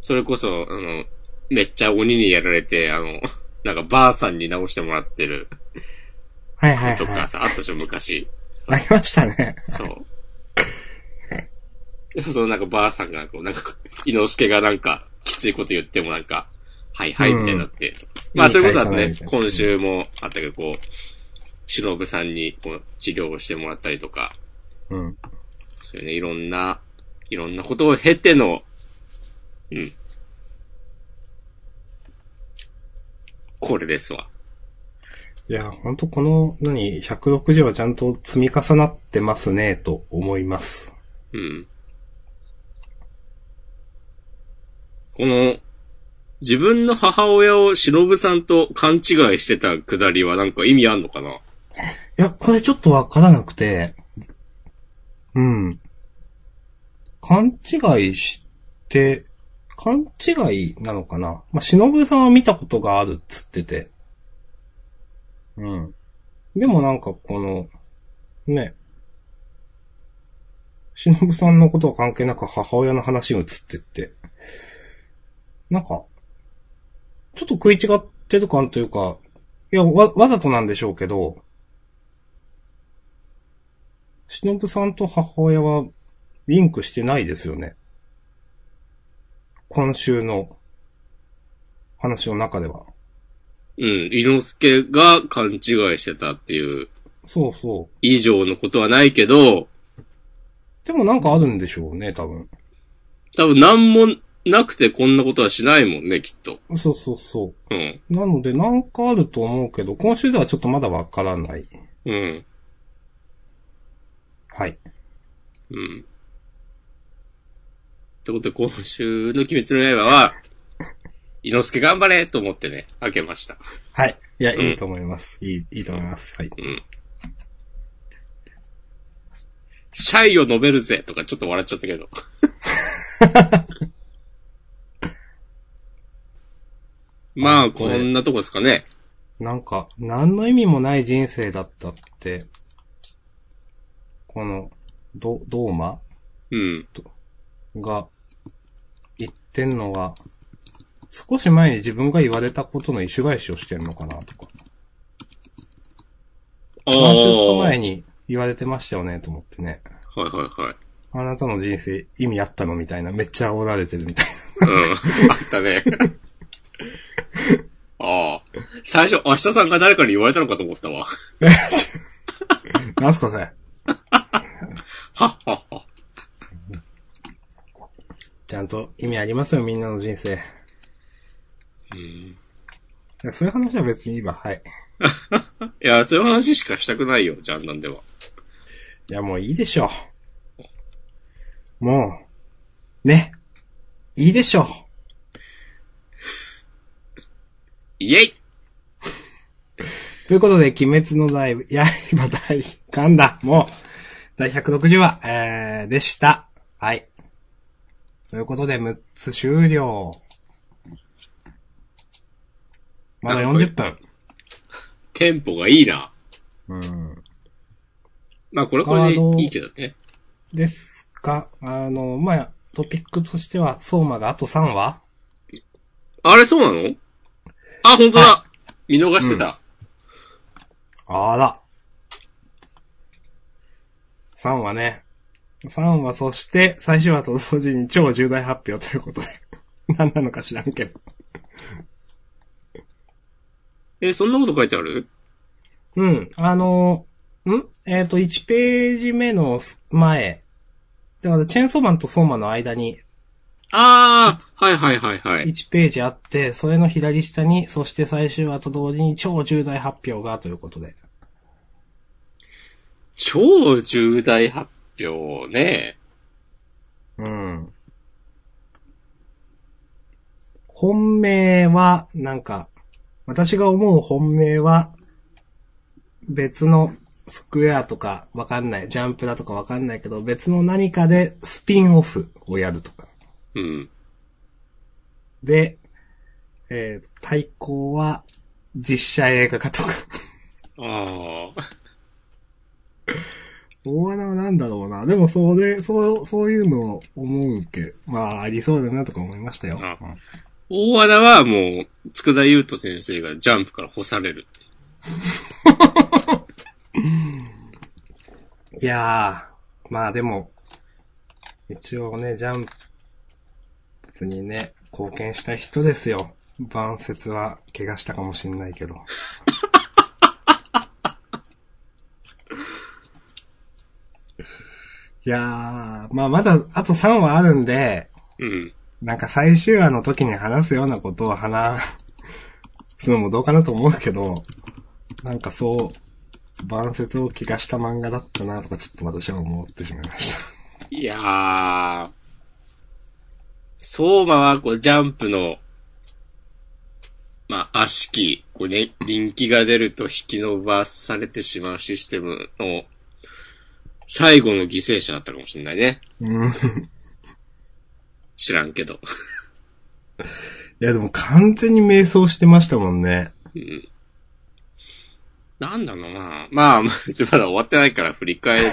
S1: それこそ、あの、めっちゃ鬼にやられて、あの、なんかばあさんに直してもらってる
S2: うん。はいはいはい。
S1: とか さ、あったでしょ、昔。
S2: ありましたね。
S1: そう。で そのなんかばあさんが、こう、なんか、伊之助がなんか、きついこと言ってもなんか、はいはい、
S2: うん
S1: みたいになって。まあ、それこそあとね
S2: 返さないみ、たいな
S1: 今週もあったけど、こう、忍さんに、こう、治療をしてもらったりとか、
S2: うん。
S1: そういうね、いろんな、いろんなことを経ての、うん。これですわ。
S2: いや、ほんとこの、何、160はちゃんと積み重なってますね、と思います。
S1: うん。この、自分の母親を忍さんと勘違いしてたくだりはなんか意味あんのかない
S2: や、これちょっとわからなくて、うん。勘違いして、勘違いなのかなまあ、忍さんは見たことがあるっつってて。うん。でもなんかこの、ね。忍さんのことは関係なく母親の話に移ってって。なんか、ちょっと食い違ってる感というか、いや、わ、わざとなんでしょうけど、忍さんと母親はリンクしてないですよね。今週の話の中では。
S1: うん、伊之助が勘違いしてたっていう
S2: そうそう。
S1: 以上のことはないけど、
S2: でもなんかあるんでしょうね、多分。
S1: 多分何もなくてこんなことはしないもんね、きっと。
S2: そうそうそ
S1: うん。
S2: う。なのでなんかあると思うけど、今週ではちょっとまだわからない。
S1: うん。
S2: はい。
S1: うん。ってことで、今週の鬼滅の刃は、伊之助頑張れと思ってね、開けました。
S2: はい。いや、
S1: ん
S2: いいと思います。いい、いいと思います。はい。
S1: うん。シャイを飲めるぜとかちょっと笑っちゃったけ ど。まあ、こんなとこですかね。
S2: なんか、何の意味もない人生だったって、この、ど、ドーマ
S1: うん。
S2: が言ってんのが、少し前に自分が言われたことの意趣返しをしてんのかなとか。
S1: ああ。
S2: 何週間
S1: は
S2: 前
S1: い
S2: に言われてましたよね、と思ってね。
S1: はいはい。
S2: あなたの人生意味あったのみたいな。めっちゃ煽られてるみたい
S1: うん。 あったね。ああ。最初、明日さんが誰かに言われたのかと思ったわ。
S2: な。 なんすかそれ。
S1: はっはっは。
S2: ちゃんと意味ありますよ、みんなの人生。
S1: う
S2: い
S1: ん
S2: やそういう話は別にいいわ。はい。
S1: いや、そういう話しかしたくないよ、ジャンダンでは。
S2: いや、もういいでしょう。もう、ね。いいでしょ
S1: イェイ
S2: う。ということで、鬼滅の刃、 刃大勘だ。もう、第160話、えー、でした。はい。ということで、6つ終了。まだ40分。
S1: テンポがいいな。
S2: うん。
S1: まあ、これこれでいいけどね。
S2: ですかあの、まあ、トピックとしては、相馬があと3話
S1: あれ、そうなのあ、本当だ、見逃してた。
S2: あら。3話ね。3話、そして、最終話と同時に超重大発表ということで。 何なのか知らんけど。
S1: え、そんなこと書いてある
S2: うん。あの、んえっ、と、1ページ目の前。だから、チェーンソーマンとソーマンの間に
S1: ああ、はいはいはいはい。
S2: 1ページあって、それの左下に、そして最終話と同時に超重大発表がということで。
S1: 超重大発表ね。
S2: うん。本命は、なんか、私が思う本命は、別のスクエアとかわかんない、ジャンプだとかわかんないけど、別の何かでスピンオフをやるとか。
S1: うん。
S2: で、えー対抗は実写映画化とか。
S1: ああ。
S2: 大穴はなんだろうな。でもそうで、そう、そういうのを思うけ。まあ、ありそうだなとか思いましたよ。
S1: あ
S2: うん
S1: 大穴はもう、佃田優斗先生がジャンプから干されるって。
S2: いやー、まあでも、一応ね、ジャンプにね、貢献した人ですよ。晩節は怪我したかもしんないけど。 いやー、まあまだあと3話あるんで、
S1: うん。
S2: なんか最終話の時に話すようなことを話すのもどうかなと思うけど、なんかそう、晩節を気がした漫画だったなとかちょっと私は思ってしまいました。
S1: いやー。相馬は、こう、ジャンプの、まあ、悪しき、こうね、臨機が出ると引き伸ばされてしまうシステムの、最後の犠牲者だったかもしれないね。
S2: うん。い
S1: 知らんけど。
S2: やでも完全に迷走してましたもんね。
S1: うん。なんだろうなまあ、まあ別にまだ終わってないから振り返る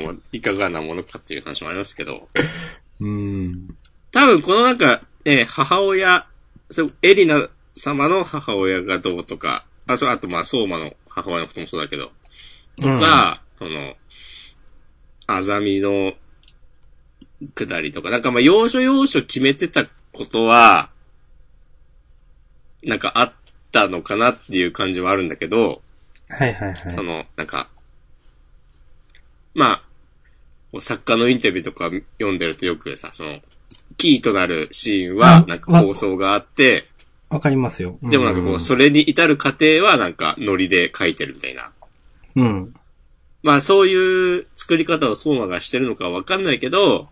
S1: のもいかがなものかっていう話もありますけど。
S2: うん。
S1: 多分このなんか、えー母親、そう、エリナ様の母親がどうとか、あ、そう、あとまあ、相馬の母親のこともそうだけど、とか、その、あざみのくだりとか、なんかまあ、要所要所決めてたことは、なんかあったのかなっていう感じはあるんだけど、
S2: はいはいはい
S1: そ。の、なんか、まあ、作家のインタビューとか読んでるとよくさ、その、キーとなるシーン
S2: う
S1: は、
S2: ん
S1: なんか構想があって、
S2: わかりますよ。
S1: でもなんかこう、それに至る過程はなんかノリで書いてるみたいな。
S2: うん。うん。
S1: まあそういう作り方を相馬がしてるのかわかんないけど、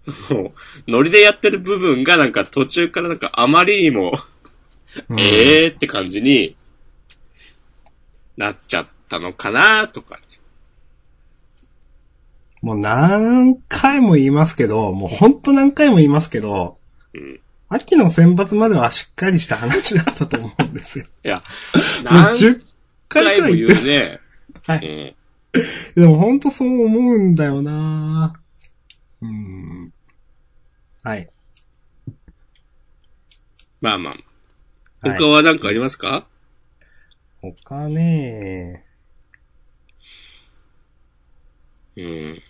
S1: その、ノリでやってる部分がなんか途中からなんかあまりにも、
S2: うん
S1: ええーって感じになっちゃったのかなとか、
S2: もう何回も言いますけど、もうほんと何回も言いますけど、
S1: うん
S2: 秋の選抜まではしっかりした話だったと思うんですよ。
S1: いや、
S2: もう
S1: 何
S2: 10回
S1: 回
S2: く
S1: も
S2: らい
S1: 言
S2: 言
S1: う
S2: ってる。
S1: ね。
S2: は
S1: うん。
S2: い。でも本当そう思うんだよなうん。はい。
S1: まあまあ。
S2: はい
S1: 他は何かありますか、
S2: 他ね
S1: うん。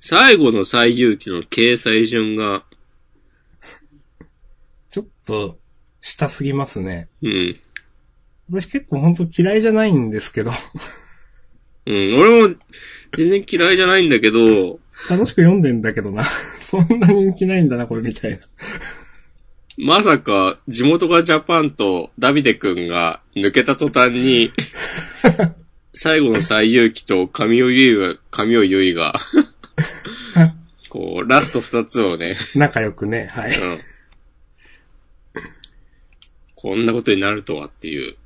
S1: 最後の最有機の掲載順が、
S2: ちょっと、下すぎますね。
S1: うん。
S2: 私結構本当嫌いじゃないんですけど、
S1: うん。俺も全然嫌いじゃないんだけど、
S2: 楽しく読んでんだけどな。 そんな人気ないんだな、これみたいな。
S1: まさか地元がジャパンとダビデ君が抜けた途端 に、最後の最有機と神尾結衣が、神尾結衣が、 こう、ラスト二つをね、
S2: 仲良くね、はい。
S1: うん。こんなことになるとはっていう。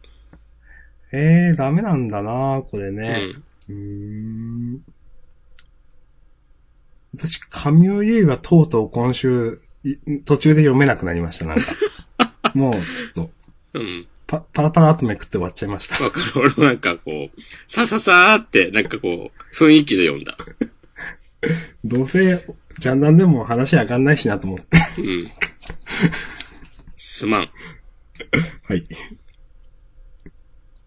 S2: えー、ダメなんだなこれ
S1: うん。
S2: ね。うーん。私、神尾結衣はとうとう今週、い途中で読めなくなりました、なん か。もう、ちょっと、
S1: うん。
S2: パ、パラパラっとめくって終わっちゃいました。
S1: わかる。俺もなんかこう、さささーって、なんかこう、雰囲気で読んだ。
S2: どうせ、ジャンダンでも話上がんないしなと思って。
S1: うん。すまん。
S2: はい。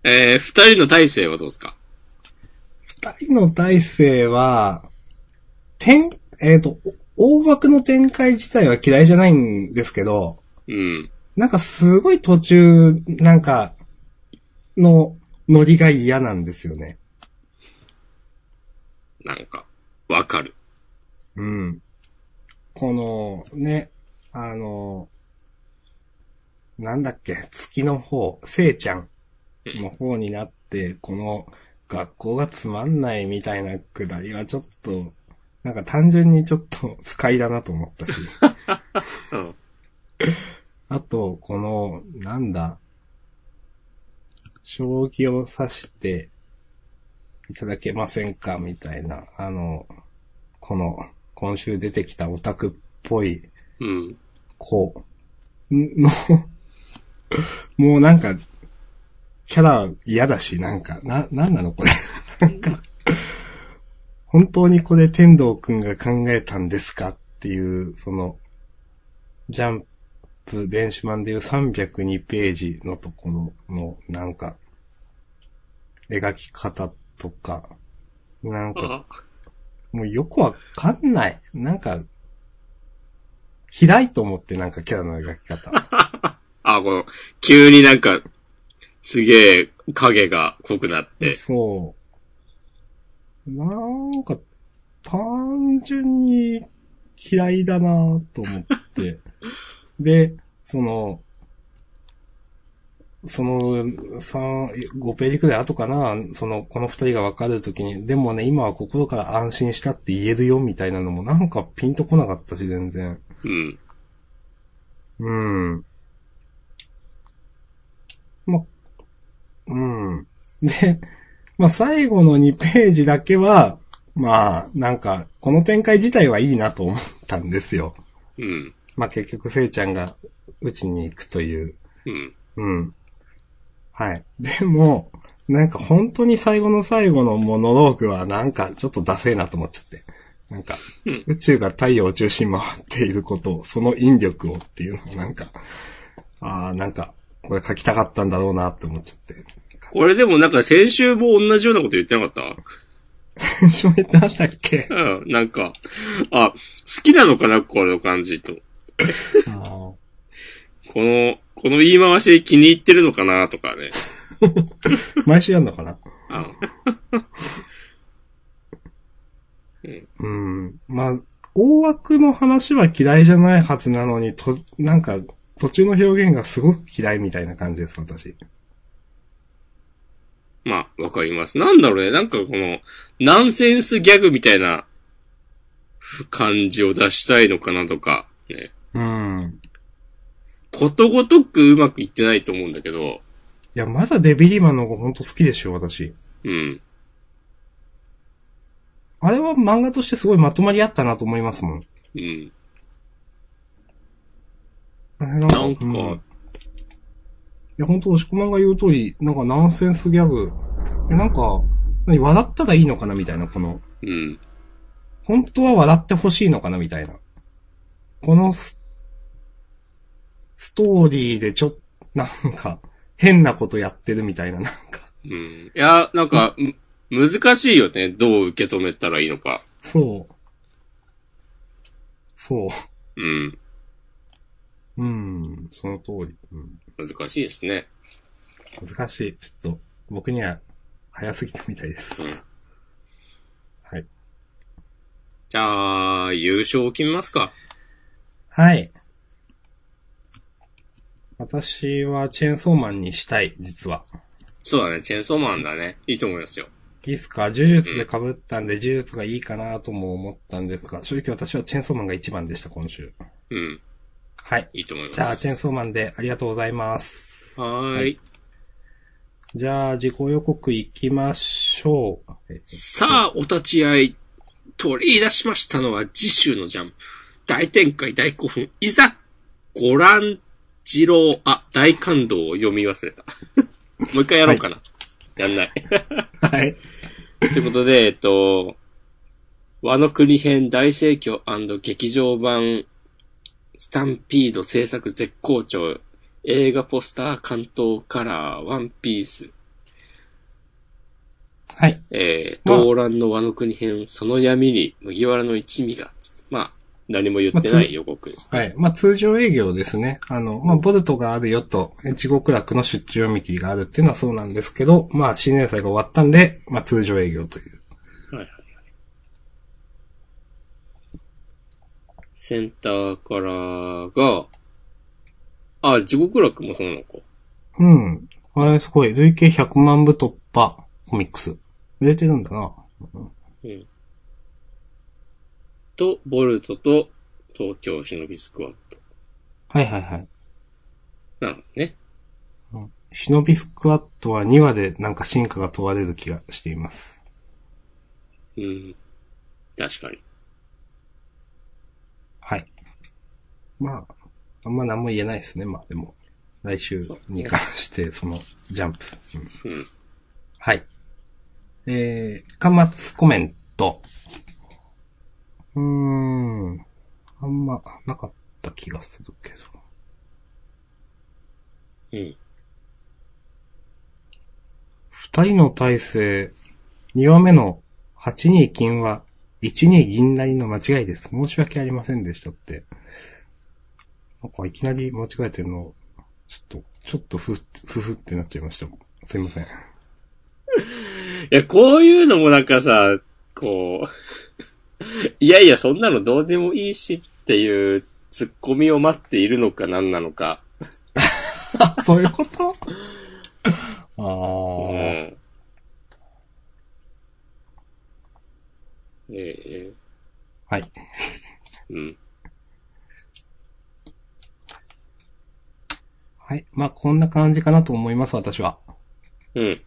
S1: えー、二人の体制はどうですか
S2: 二人の体制は、展、えっ、と、お大枠の展開自体は嫌いじゃないんですけど、
S1: うん。
S2: なんかすごい途中、なんか、の、ノリが嫌なんですよね。
S1: なんか、わかる。
S2: うん。この、ね、あの、なんだっけ、月の方、せいちゃんの方になって、この、学校がつまんないみたいなくだりはちょっと、なんか単純にちょっと不快だなと思 ったし。
S1: うん。
S2: あと、この、なんだ、将棋を指していただけませんかみたいな、あの、この、今週出てきたオタクっぽい
S1: うん。
S2: 子んの、もうなんか、キャラ嫌だし、なんか、な、なんなのこれ。なんか、本当にこれ天道くんが考えたんですかっていう、その、ジャンプ電子版でいう302ページのところの、なんか、描き方とか、なんか、
S1: あ
S2: もうよくわかんない。なんか、嫌いと思ってなんかキャラの描き方。
S1: あ、この、急になんか、すげえ影が濃くなって。
S2: そう。なんか、単純に嫌いだなと思って。で、その、その、三、5ページくらい後かな、その、この二人が分かるときに、でもね、今は心から安心したって言えるよ、みたいなのも、なんかピンとこなかったし、全然。
S1: うん。
S2: うん。ま、うん。で、まあ、最後の2ページだけは、まあ、なんか、この展開自体はいいなと思ったんですよ。
S1: うん。
S2: まあ、結局、せいちゃんが、うちに行くという。
S1: うん。
S2: うん。はい。でも、なんか本当に最後の最後のモノローグはなんかちょっとダセえなと思っちゃって。なんか
S1: うん、
S2: 宇宙が太陽を中心に回っていることを、その引力をっていうのをなんか、ああ、なんか、これ書きたかったんだろうなって思っちゃって。
S1: これでもなんか先週も同じようなこと言ってなかっ
S2: 一緒に言ってましたっけ
S1: たうん。なんか、あ、好きなのかなこれの感じと。
S2: あー
S1: この、この言い回し気に入ってるのかなとかね。
S2: 毎週やんのかな
S1: あ
S2: うん。まあ、大枠の話は嫌いじゃないはずなのに、と、なんか、途中の表現がすごく嫌いみたいな感じです、私。
S1: まあ、わかります。なんだろうね。なんかこの、ナンセンスギャグみたいな、ふ感じを出したいのかなとか、ね。
S2: うん。
S1: ことごとくうまくいってないと思うんだけど、
S2: いや、まだデビリマンの方が本当好きでしょ、私。
S1: うん。
S2: あれは漫画としてすごいまとまりあったなと思いますもん。
S1: うん。
S2: なん
S1: なんか、
S2: うんいや、本当押し込まんが言う通り、なんかナンセンスギャグ。えなんか、何、笑ったらいいのかなみたいな、この、
S1: うん。
S2: 本当は笑ってほしいのかなみたいな。このス、ストーリーでちょ、 なんか、変なことやってるみたいな、なんか。
S1: うん。いや、なんか、む難しいよね。どう受け止めたらいいのか。
S2: そう。そう。
S1: うん。
S2: うん、その通り。うん、
S1: 難しいですね。
S2: 難しい。ちょっと、僕には早すぎたみたいで
S1: うん
S2: す。はい。
S1: じゃあ、優勝を決めますか。
S2: はい。私はチェーンソーマンにしたい、実は。
S1: そうだね。チェーンソーマンだね。いいと思いますよ。
S2: いいっすか呪術で被ったんで、呪術がいいかなとも思ったんですが、正直私はチェーンソーマンが一番でした、今週。
S1: うん。
S2: はい。
S1: いいと思います。
S2: じゃあ、チェーンソーマンでありがとうございます。
S1: はーい。
S2: じゃあ、自己予告行きましょう。え
S1: さあ、お立ち会い。取り出しましたのは次週のジャンプ。大展開、大興奮。いざ、ご覧、次郎、あ、大感動を読み忘れた。 もう一回やろうかな。やんない。
S2: はい。
S1: ということで、えっと、和の国編大盛況劇場版スタンピード制作絶好調映画ポスター関東カラーワンピース、
S2: はい。
S1: えー、
S2: まあ
S1: 動乱の和の国編その闇に麦わらの一味が、つってまあ、何も言って
S2: ま
S1: な
S2: あ
S1: い
S2: つ
S1: 予告ですね。
S2: はい。まあ、通常営業ですね。あの、まあ、ボルトがあるよと、越後クラクの出張読み切りがあるっていうのはそうなんですけど、まあ、新年祭が終わったんで、まあ、通常営業という。
S1: はいはいはい。センターカラーが、あ、地獄楽もそうなのか。
S2: うん。あれ、すごい。累計100万部突破、コミックス。売れてるんだな。
S1: うん。と、ボルトと、東京忍びスクワット。
S2: はいはいはい。
S1: なのね。
S2: 忍びスクワットは2話でなんか進化が問われる気がしています。
S1: うん。確かに。
S2: はい。まあ、あんま何も言えないですね、まあでも。来週
S1: そうですね
S2: に関して、その、ジャンプ。うん
S1: うん。
S2: はい。えー、巻末コメント。うーん。あんま、なかった気がするけど。
S1: うん。
S2: 二人の体制、二話目の8二金は、1二銀なりの間違いです。申し訳ありませんでしたって。なんかいきなり間違えてるの、ちょっと、ちょっとふ、ふふってなっちゃいました。すいません。
S1: いや、こういうのもなんかさ、こう、 いやいや、そんなのどうでもいいしっていう、ツッコミを待っているのか何なのか。
S2: そういうこと
S1: う
S2: ああ、
S1: ん。ええ
S2: はい。
S1: うん。
S2: はい。まあ、こんな感じかなと思います、私は。
S1: うん。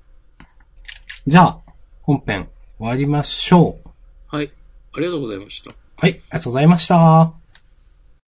S2: じゃあ、本編終わりましょう。
S1: はい。ありがとうございました。
S2: はい、ありがとうございました。